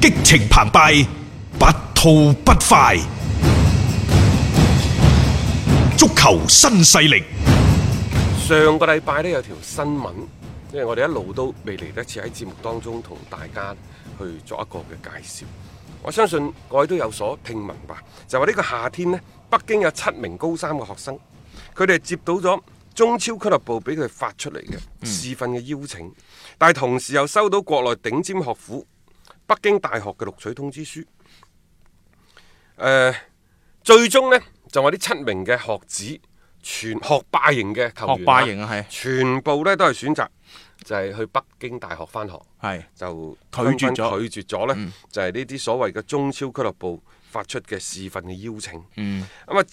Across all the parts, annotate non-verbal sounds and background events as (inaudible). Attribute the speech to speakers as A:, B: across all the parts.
A: 激情澎湃，不吐不快。足球新勢力，
B: 上個禮拜呢，有條新聞，即係我哋一路都未嚟得切喺節目當中同大家去作一個嘅介紹。我相信各位都有所聽聞吧，就話呢個夏天呢，北京有七名高三嘅學生，佢哋接到咗中超俱樂部俾佢發出嚟嘅試訓嘅邀請，但係同時又收到國內頂尖學府北京大學嘅錄取通知書。誒、最終呢，就話呢七名嘅學子，全學霸型嘅球員啊，
C: 學霸型啊係
B: 全部呢都係選擇就係去北京大學返學。
C: 係
B: 就
C: 拒絕咗
B: 紛紛拒絕咗呢，
C: 嗯
B: 就係呢啲所謂嘅中超俱樂部發出嘅試訓嘅邀請。
C: 嗯，
B: 咁啊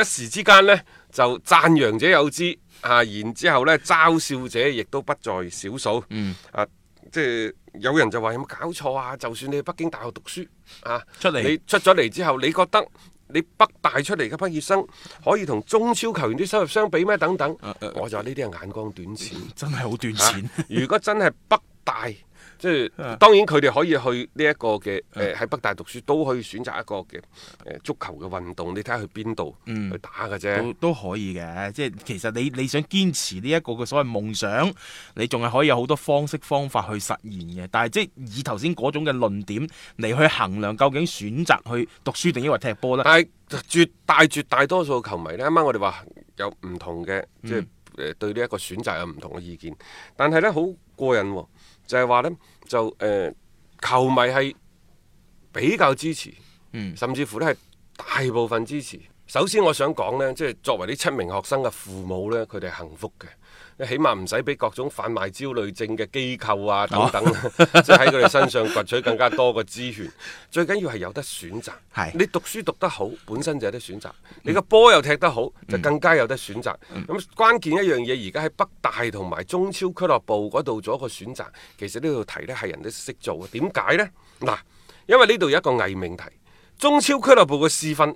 B: 一時之間呢，就讚揚者有之，啊，然之後呢，嘲笑者亦都不在少數。嗯，啊，即係有人就話有冇搞錯啊？就算你喺北京大學讀書啊，
C: 出嚟
B: 你出咗嚟之後，你覺得？你北大出嚟嘅畢業生可以同中超球員啲收入相比咩？等等，
C: 啊
B: 我就話呢啲係眼光短淺。
C: 真係好短
B: 啊
C: 淺。
B: 如果真係北大，即係
C: 啊
B: 當然佢哋可以去呢一個嘅誒喺北大讀書，都可以選擇一個嘅誒、呃足球嘅運動。你睇下去邊度去打嘅啫。
C: 都都可以嘅，即係其實你你想堅持呢一個嘅所謂夢想，你仲係可以有好多方式方法去實現嘅。但係即係以頭先嗰種嘅論點嚟去衡量，究竟選擇去讀書定抑或踢波呢？
B: 但係絕大絕大多數球迷呢，啱啱我哋話有唔同嘅，
C: 嗯
B: 即係誒對呢一個選擇有唔同嘅意見。但係呢，好過癮喎、就係話呢，就誒、呃球迷係比較支持，
C: 嗯
B: 甚至乎呢係大部分支持。首先我想講呢，即係作為呢七名學生嘅父母呢，佢哋係幸福嘅，起碼唔使俾各種販賣焦慮症嘅機構啊
C: 哦
B: 等等，即係喺佢哋身上掘取更加多嘅資源。最緊要係有得選擇，
C: 係
B: 你讀書讀得好，本身就有得選擇；你個波又踢得好，就更加有得選擇。咁、關鍵一樣嘢，而家喺北大同埋中超俱樂部嗰度做一個選擇，其實呢道題呢係人都識做嘅。點解呢？嗱，因為呢度有一個偽命題，中超俱樂部嘅試訓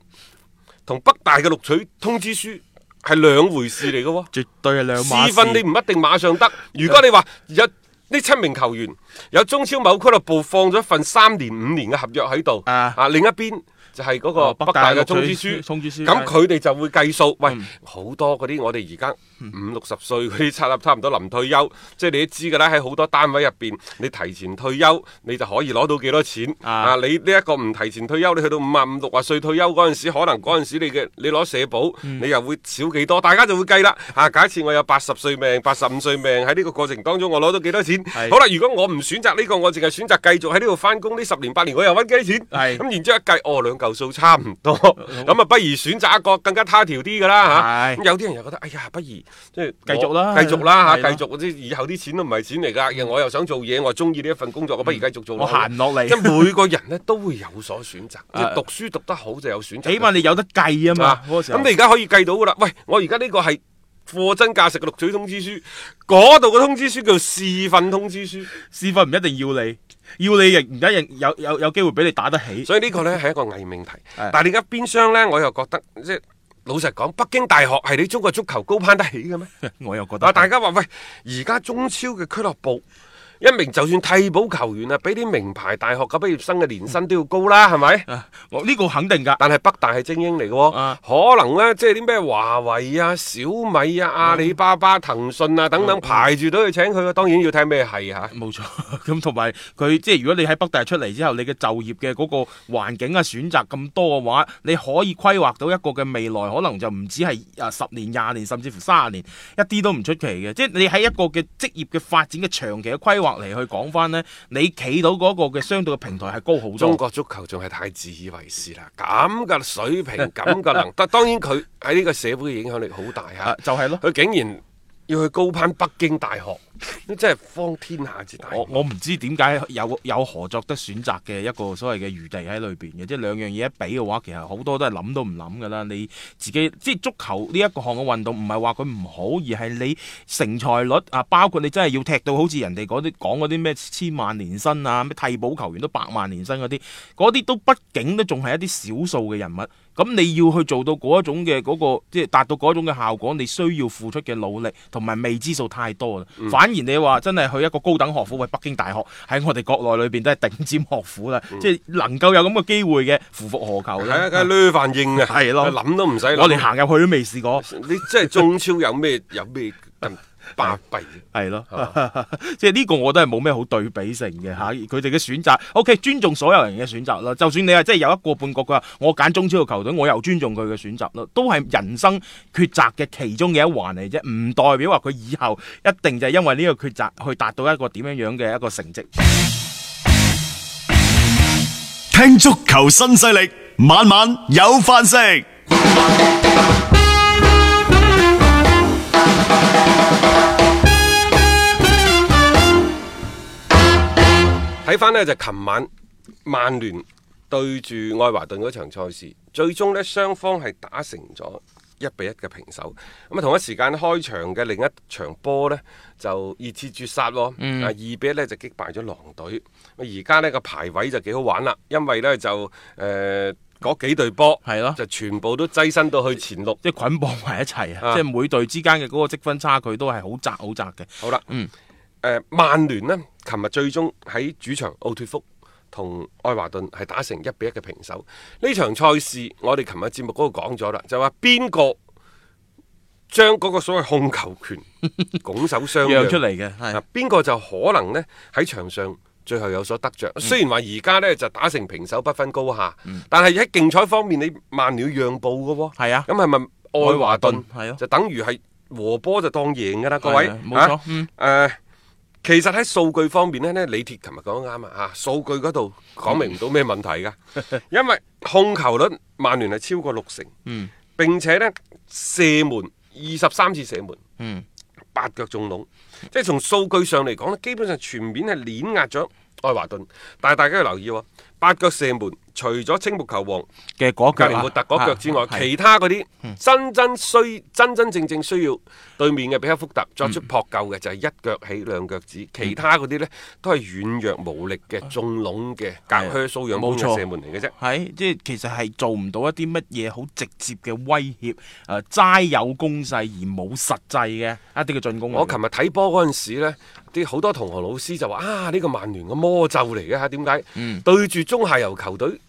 B: 同北大嘅錄取通知書係兩回事嚟嘅喎。
C: 絕對係兩碼
B: 試
C: 事
B: 訓你唔一定馬上得。如果你話有呢七名球員有中超某俱樂部放咗份三年五年嘅合約喺度，
C: 啊
B: 另一邊就係嗰個
C: 哦
B: 北
C: 北
B: 大
C: 大
B: 嘅
C: 嘅
B: 通知
C: 通知
B: 書，
C: 書通知書嗯
B: 咁
C: 係
B: 佢哋就會計數。喂，好、多嗰啲我哋而家
C: 嗯
B: 五六十歲嗰啲差啦，差唔多臨退休，即係你都知㗎啦。喺好多單位入邊，你提前退休，你就可以攞到幾多錢
C: 啊
B: 你呢一個唔提前退休，你去到五啊五六啊歲退休嗰陣時，可能嗰陣時你嘅你攞社保，
C: 嗯
B: 你又會少幾多，大家就會計啦。啊，假設我有八十歲命、八十五歲命，喺呢個過程當中我攞到幾多錢？
C: 係
B: 好啦，如果我唔選擇呢、個，我淨係選擇繼續喺呢度翻工，呢十年八年我又揾幾多錢？
C: 係
B: 咁然之後一計，哦兩嚿數差唔多，咁啊不如選擇一個更加他條啲㗎啦嚇。
C: 係
B: 咁有啲人又覺得，哎呀，不如即係
C: 繼續啦
B: 我繼續啦嚇，
C: 係啦
B: 繼續即係以後啲錢都唔係錢嚟㗎，我又想做嘢，我中意呢一份工作，我不如繼續做落
C: 嗯我
B: 去。
C: 行落嚟
B: 即係每個人咧都會有所選擇，即係
C: 啊
B: 讀書讀得好就有選擇。
C: 起碼你有得計啊嘛
B: 啊，
C: 嗰個時候
B: 咁你而家可以計到噶啦。喂，我而家呢個係貨真價實嘅錄取通知書，嗰度嘅通知書叫試訓通知書，
C: 試訓唔一定要你，要你亦唔一定有有有機會俾你打得起。
B: 所以呢個呢係一個偽命題。
C: 係
B: 但係你而家邊廂呢，我又覺得即係老實講，北京大學係你中國足球高攀得起嘅
C: (laughs)
B: 咩？
C: 我又覺
B: 嗱，
C: 得
B: 大家話喂，而家中超嘅俱樂部。一名就算替補球員啊，比啲名牌大學嘅畢業生嘅年薪都要高啦，係咪？
C: 啊我呢個肯定㗎。
B: 但係北大係精英嚟嘅喎，
C: 啊
B: 可能呢，即係啲咩華為啊、小米啊、阿里巴巴、騰訊啊等等排住隊去請佢嘅，當然要睇咩係嚇。
C: 冇錯， (laughs) 咁同埋佢即係如果你喺北大出嚟之後，你嘅就業嘅嗰個環境啊選擇咁多嘅話，你可以規劃到一個嘅未來，可能就唔止係啊十年、廿年，甚至乎三十年，一啲都唔出奇嘅。即係你喺一個嘅職業嘅發展嘅長期嘅規劃嚟去講翻呢，你企到嗰個嘅相對嘅平台係高好
B: 中
C: 多。
B: 國足球仲係太自以為是啦，咁嘅水平，咁嘅能，但當然佢喺呢個社會嘅影響力好大嚇
C: 啊，。就係咯，
B: 佢竟然要去高攀北京大學，真係荒天下之大
C: 我我唔知點解有有何作得選擇嘅一個所謂嘅餘地喺裏邊嘅，即係兩樣嘢一比嘅話，其實好多都係諗都唔諗㗎啦。你自己即係足球呢一個項嘅運動，唔係話佢唔好，而係你成才率啊，包括你真係要踢到好似人哋嗰啲講嗰啲咩千萬年薪啊，咩替補球員都百萬年薪嗰啲，嗰啲都畢竟都仲係一啲少數嘅人物。咁你要去做到嗰一種嘅嗰、個，即係達到嗰一種嘅效果，你需要付出嘅努力同埋未知數太多啦。
B: 嗯
C: 反而你話真係去一個高等學府，喂，北京大學喺我哋國內裏邊都係頂尖學府啦，即係能夠有咁嘅機會嘅，扶復何求
B: 嗯係
C: 咧？
B: 啊，梗係攣飯應啊，
C: 係咯
B: 諗都唔使諗。
C: 我連行入去都未試過。
B: 你真係中超有咩有咩咁巴閉？
C: 係咯， (laughs) 即係呢個我都係冇咩好對比性嘅嚇，佢哋嘅選擇，OK，尊重所有人嘅選擇啦。就算你係即係有一個半個佢話我揀中超嘅球隊，我又尊重佢嘅選擇啦，都係人生抉擇嘅其中嘅一環嚟啫，唔代表話佢以後一定就係因為呢個抉擇去達到一個點樣樣嘅一個成績。
B: 嗯
A: 聽足球新勢力，晚晚有飯食。
B: 睇翻呢，就琴晚曼聯對住愛華頓嗰場賽事，最終呢，雙方係打成咗一比一嘅平手。咁啊同一時間開場嘅另一場波呢，就熱刺絕殺咯，
C: 嗯
B: 啊二比一呢就擊敗咗狼隊。咁而家呢個排位就幾好玩啦，因為呢就誒。嗰幾隊波
C: 係咯
B: 就全部都躋身到去前六。
C: 即係捆綁埋一齊啊！
B: 啊
C: 即係每隊之間嘅嗰個積分差距都係好窄好窄嘅。
B: 好啦，
C: 嗯，
B: 誒，曼聯呢，琴日最終喺主場奧脱福同愛華頓係打成一比一嘅平手。呢場賽事我哋琴日節目嗰度講咗啦，就話邊個將嗰個所謂控球
C: (laughs)
B: 權拱手相讓
C: 讓出嚟嘅係
B: 啊邊個就可能呢喺場上。最後有所得着，
C: 嗯
B: 雖然話而家呢就打成平手不分高下，但係喺競賽方面你曼聯要讓步嘅喎、
C: 係啊
B: 咁係咪愛華頓
C: 愛華頓係啊
B: 就等於係和波就當贏㗎啦，各位
C: 係啊冇錯
B: 啊
C: 嗯
B: 誒其實喺數據方面呢，呢李鐵琴日講得啱啊！嚇，數據嗰度講明唔到咩問題
C: (laughs)
B: 噶，因為控球率曼聯係超過六成，嗯，並且呢射門二十三次射門，
C: 嗯，
B: 八腳中籠，即係從數據上嚟講呢基本上全面係碾壓咗愛華頓。但係大家要留意喎，八腳射門除咗青木球王
C: 嘅嗰
B: 格
C: 腳
B: 林
C: 啊
B: 活特嗰腳之外，
C: 啊係
B: 其他嗰啲真真需真真正正需要對面嘅比克福特作
C: 嗯
B: 出撲救嘅，就係一腳起兩腳趾，其他嗰啲呢都係軟弱無力嘅中籠嘅隔靴搔癢般
C: 啊冇錯
B: 嘅射門嚟嘅啫。
C: 係，即係其實係做唔到一啲乜嘢好直接嘅威脅，誒、呃、齋有攻勢而冇實際嘅一啲嘅進攻嚟嘅。
B: 我琴日睇波嗰陣時咧，啲好多同行老師就話啊，呢、個曼聯嘅魔咒嚟嘅嚇，點解、
C: 嗯
B: 對住中下游球隊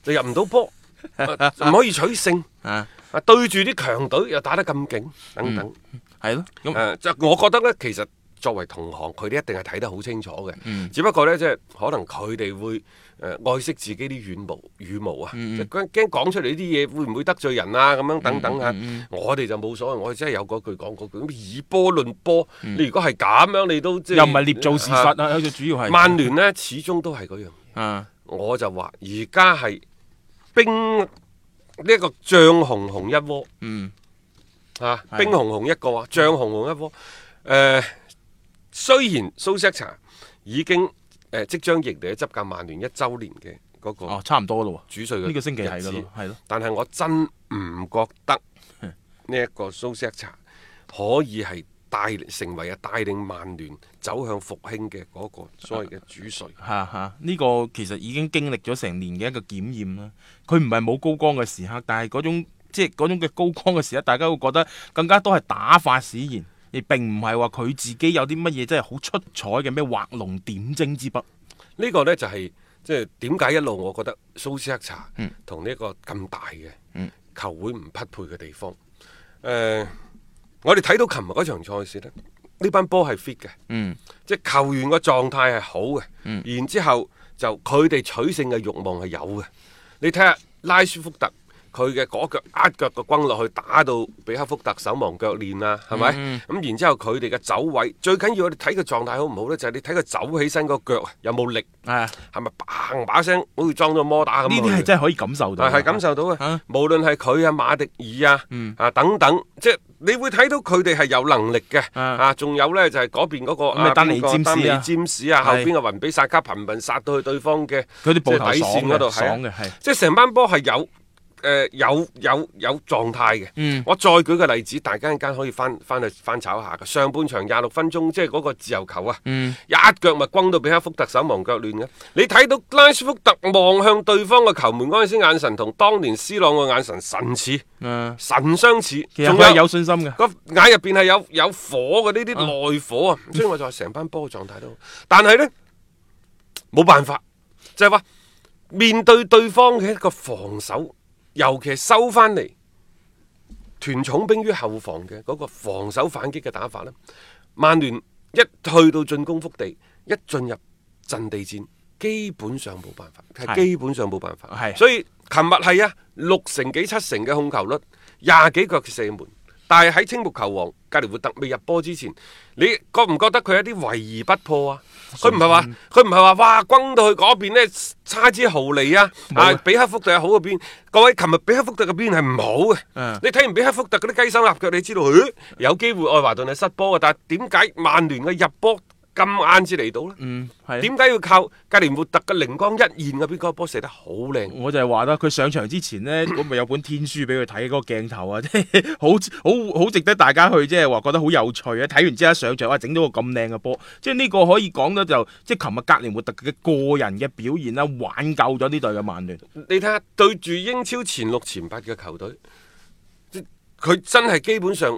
B: 就入唔到波，啊唔、可以取勝
C: 啊，
B: 啊，對住啲強隊又打得咁勁，等等。
C: 係咯，咁、
B: 誒，即係呃我覺得呢，其實作為同行，佢哋一定係睇得好清楚嘅。
C: 嗯
B: 只不過呢，即係可能佢哋會誒、呃愛惜自己啲羽毛羽毛啊，
C: 嗯
B: 就驚驚講出嚟呢啲嘢會唔會得罪人啊咁樣等
C: 嗯
B: 等啊。我哋就冇所謂，我哋真係有嗰句講嗰句，咁以波論波。你如果係咁樣，你都即係
C: 嗯又唔係捏造事實
B: 啊
C: 啊，最主要係
B: 曼聯呢，始終都係嗰樣嘢。
C: 啊，
B: 我就話而家係冰呢一個漲紅紅一窩，
C: 嗯，
B: 啊，
C: 係
B: 冰紅紅一個啊，漲紅紅一窩。誒、雖然蘇斯查已經誒、呃即將迎嚟執教曼聯一週年嘅嗰個
C: 哦，差唔多咯
B: 主帥嘅
C: 喎，呢個星期係噶
B: 日子
C: 咯，係咯，
B: 但係我真唔覺得呢一個蘇斯查可以係帶成為啊帶領曼聯走向復興嘅嗰個所謂嘅主帥。
C: 嚇嚇，呢個其實已經經歷咗成年嘅一個檢驗啦。佢唔係冇高光嘅時刻，但係嗰種即係嗰種嘅高光嘅時刻，大家會覺得更加多係打法使然，亦並唔係話佢自己有啲乜嘢真係好出彩嘅咩畫龍點睛之筆。
B: 呢個呢，就係即係點解一路我覺得蘇斯克查同呢個咁大嘅球會唔匹配嘅地方。誒、我哋睇到琴日嗰場賽事呢，呢班波係 fit 嘅，
C: 嗯。
B: 即係球員個狀態係好嘅。然之後就佢哋取勝嘅慾望係有嘅。你睇下拉舒福特。佢嘅嗰腳壓腳嘅轟落去，打到比克福特手忙腳亂啦，係咪？咁、然之後佢哋嘅走位，最緊要我哋睇佢狀態好唔好呢？就係、你睇佢走起身個腳啊有冇力。
C: 啊！
B: 係咪砰把聲好似裝咗摩打咁
C: 呢
B: 去嘅？
C: 啲係真係可以感受到
B: 係
C: 嘅，
B: 係感受到嘅
C: 啊。嗯
B: 無論係佢啊、馬迪爾啊、啊等等，即係你會睇到佢哋係有能力嘅。
C: 啊
B: 啊，仲有呢，就係嗰邊嗰個
C: 咪
B: 啊
C: 丹
B: 邊
C: 尼
B: 個
C: 詹士啊
B: 丹尼詹士啊，後
C: 係
B: 邊嘅雲比薩卡頻頻殺到去對方嘅
C: 佢啲
B: 即
C: 步頭
B: 係底
C: 爽
B: 線嗰度
C: 嘅，
B: 係啊
C: 爽嘅係。
B: 即係成班波係有誒有有有狀態嘅。
C: 嗯
B: 我再舉個例子，大家一陣間可以翻翻去翻炒下嘅。上半場廿六分鐘，即係嗰個自由球啊，
C: 嗯
B: 一腳咪轟到俾克福特手忙腳亂嘅。你睇到拉舒福特望向對方嘅球門嗰陣時，眼神同當年斯朗嘅眼神神似，
C: 嗯，
B: 神相似。
C: 其實
B: 仲
C: 佢係有信心嘅。
B: 個眼入邊係有有火嘅呢啲內火啊，所以我就話成班波嘅狀態都好，但係呢，冇辦法，就係、話面對對方嘅一個防守，尤其係收翻嚟團重兵於後防嘅嗰個防守反擊嘅打法呢，曼聯一去到進攻腹地，一進入陣地戰，基本上冇辦法，係
C: 係
B: 基本上冇辦法。
C: 係
B: 所以琴日係啊，六成幾七成嘅控球率，廿幾腳嘅射門。但係喺青木球王格列活特未入波之前，你覺唔覺得佢有啲圍而不破啊？佢唔係話佢唔係話哇，轟到去嗰邊咧差之毫厘啊！啊，比克福特係好嘅邊，各位，琴日比克福特嘅邊係唔好嘅。
C: 嗯
B: 你睇完比克福特嗰啲雞手鴨腳，你知道，咦，有機會愛華頓係失波嘅，但係點解曼聯嘅入波咁晏至嚟到呢？
C: 嗯，係。
B: 點解要靠格連活特嘅靈光一現嘅邊個波射得好靚？
C: 我就係話啦，佢上場之前呢， (coughs) 我咪有本天書俾佢睇嗰個鏡頭啊，即係 (laughs) 好好好值得大家去即係話覺得好有趣啊！睇完之後一上場，哇，整到個咁靚嘅波，即係呢個可以講得就即係琴日格連活特嘅個人嘅表現啦，挽救咗呢隊嘅曼聯。
B: 你睇下對住英超前六前八嘅球隊，即佢真係基本上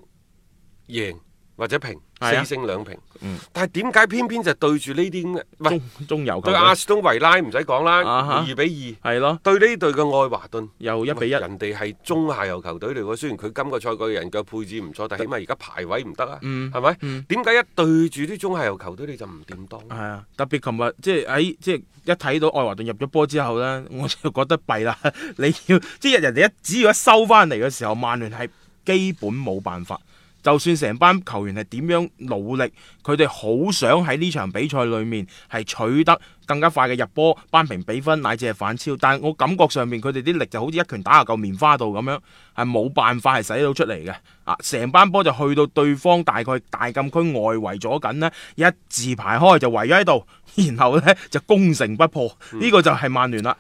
B: 贏或者平，四
C: 係啊
B: 勝兩平。
C: 嗯
B: 但係點解偏偏就對住呢啲咁嘅？唔係
C: 中中游球
B: 對
C: 隊
B: 阿士東維拉唔使講啦，
C: 啊哈
B: 二比
C: 係咯，
B: 二。對呢隊嘅愛華頓。
C: 又一比一。
B: 人哋係中下游球隊嚟喎，雖然佢今個賽季嘅人腳配置唔錯，但起碼而家排位唔得啊，
C: 嗯
B: 係咪、
C: 嗯
B: 點解一對住啲中下游球隊你就唔掂當？
C: 係啊，特別琴日即係喺即係一睇到愛華頓入咗波之後咧， (laughs) 我就覺得弊啦。 (laughs) 你要即係人哋一只要一收翻嚟嘅時候，曼聯係基本冇辦法。就算成班球員係點樣努力，佢哋好想喺呢場比賽裏面係取得更加快嘅入波、扳平比分乃至係反超，但係我感覺上面佢哋啲力就好似一拳打下嚿棉花度咁樣，係冇辦法係使到出嚟嘅。啊，成班波就去到對方大概大禁區外圍咗緊呢，一字排開就圍咗喺度， (laughs) 然後呢就攻城不破，呢、個就係曼聯啦。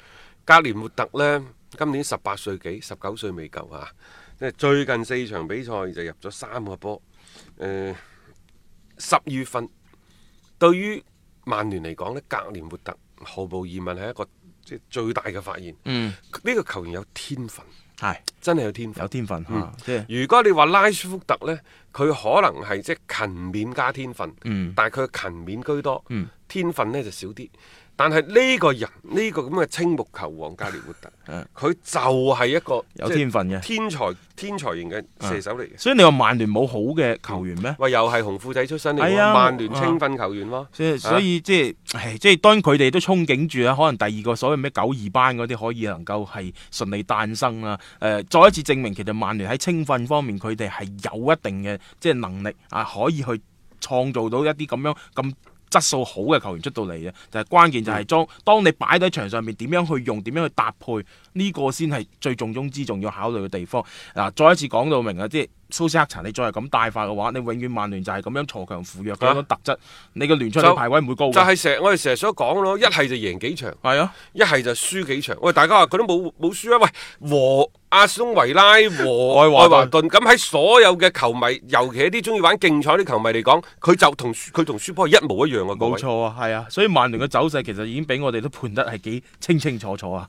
B: 格連活特呢，今年十八歲幾，十九歲未夠啊！即係最近四場比賽就入咗三個波。誒、十二月份對於曼聯嚟講呢，格連活特毫無疑問係一個即係最大嘅發現。
C: 嗯，
B: 呢個球員有天分，
C: 係
B: 真係有天分
C: 有。天分嚇，啊即係
B: 如果你話拉舒福特呢，佢可能係即係勤勉加天分，
C: 嗯
B: 但係佢勤勉居多，
C: 嗯
B: 天分呢就少啲。但係呢個人呢、個咁嘅青木球王格列活
C: 嗯 (laughs)
B: 特，佢就係一個
C: 有
B: 即係
C: 天分嘅啊
B: 天才天才型嘅射手嚟嘅。
C: 所以你話曼聯冇好嘅球員咩？
B: 喂，又係紅褲仔出身嚟
C: 係
B: 喎，
C: 啊
B: 曼聯青訓球員喎。
C: 所以
B: 啊
C: 所以即係，唉即係當然佢哋都憧憬住啦，可能第二個所謂咩九二班嗰啲可以能夠係順利誕生啦。誒、再一次證明其實曼聯喺青訓方面佢哋係有一定嘅即係能力啊，可以去創造到一啲咁樣咁。質素好嘅球員出到嚟嘅，就係、關鍵就係裝當你擺喺場上面點樣去用，點樣去搭配呢、個先係最重中之重要考慮嘅地方。嗱、再一次講到明啊，即係蘇斯克查，你再係咁帶法嘅話，你永遠曼聯就係咁樣鋤強扶弱嘅嗰種特質，你嘅聯賽嘅排位唔會高
B: 就
C: 嘅。
B: 係成日我哋成日所講咯，一係就贏幾場，
C: 係啊，
B: 一係就輸幾場。喂，大家話佢都冇冇輸啊？喂，和阿斯通維拉和
C: 愛華頓
B: 愛華頓，咁喺所有嘅球迷，尤其係啲中意玩競賽啲球迷嚟講，佢就同輸佢同輸波係一模一樣嘅。各
C: 冇
B: 位。
C: 錯啊，係啊，所以曼聯嘅走勢其實已經俾我哋都判得係幾清清楚楚啊。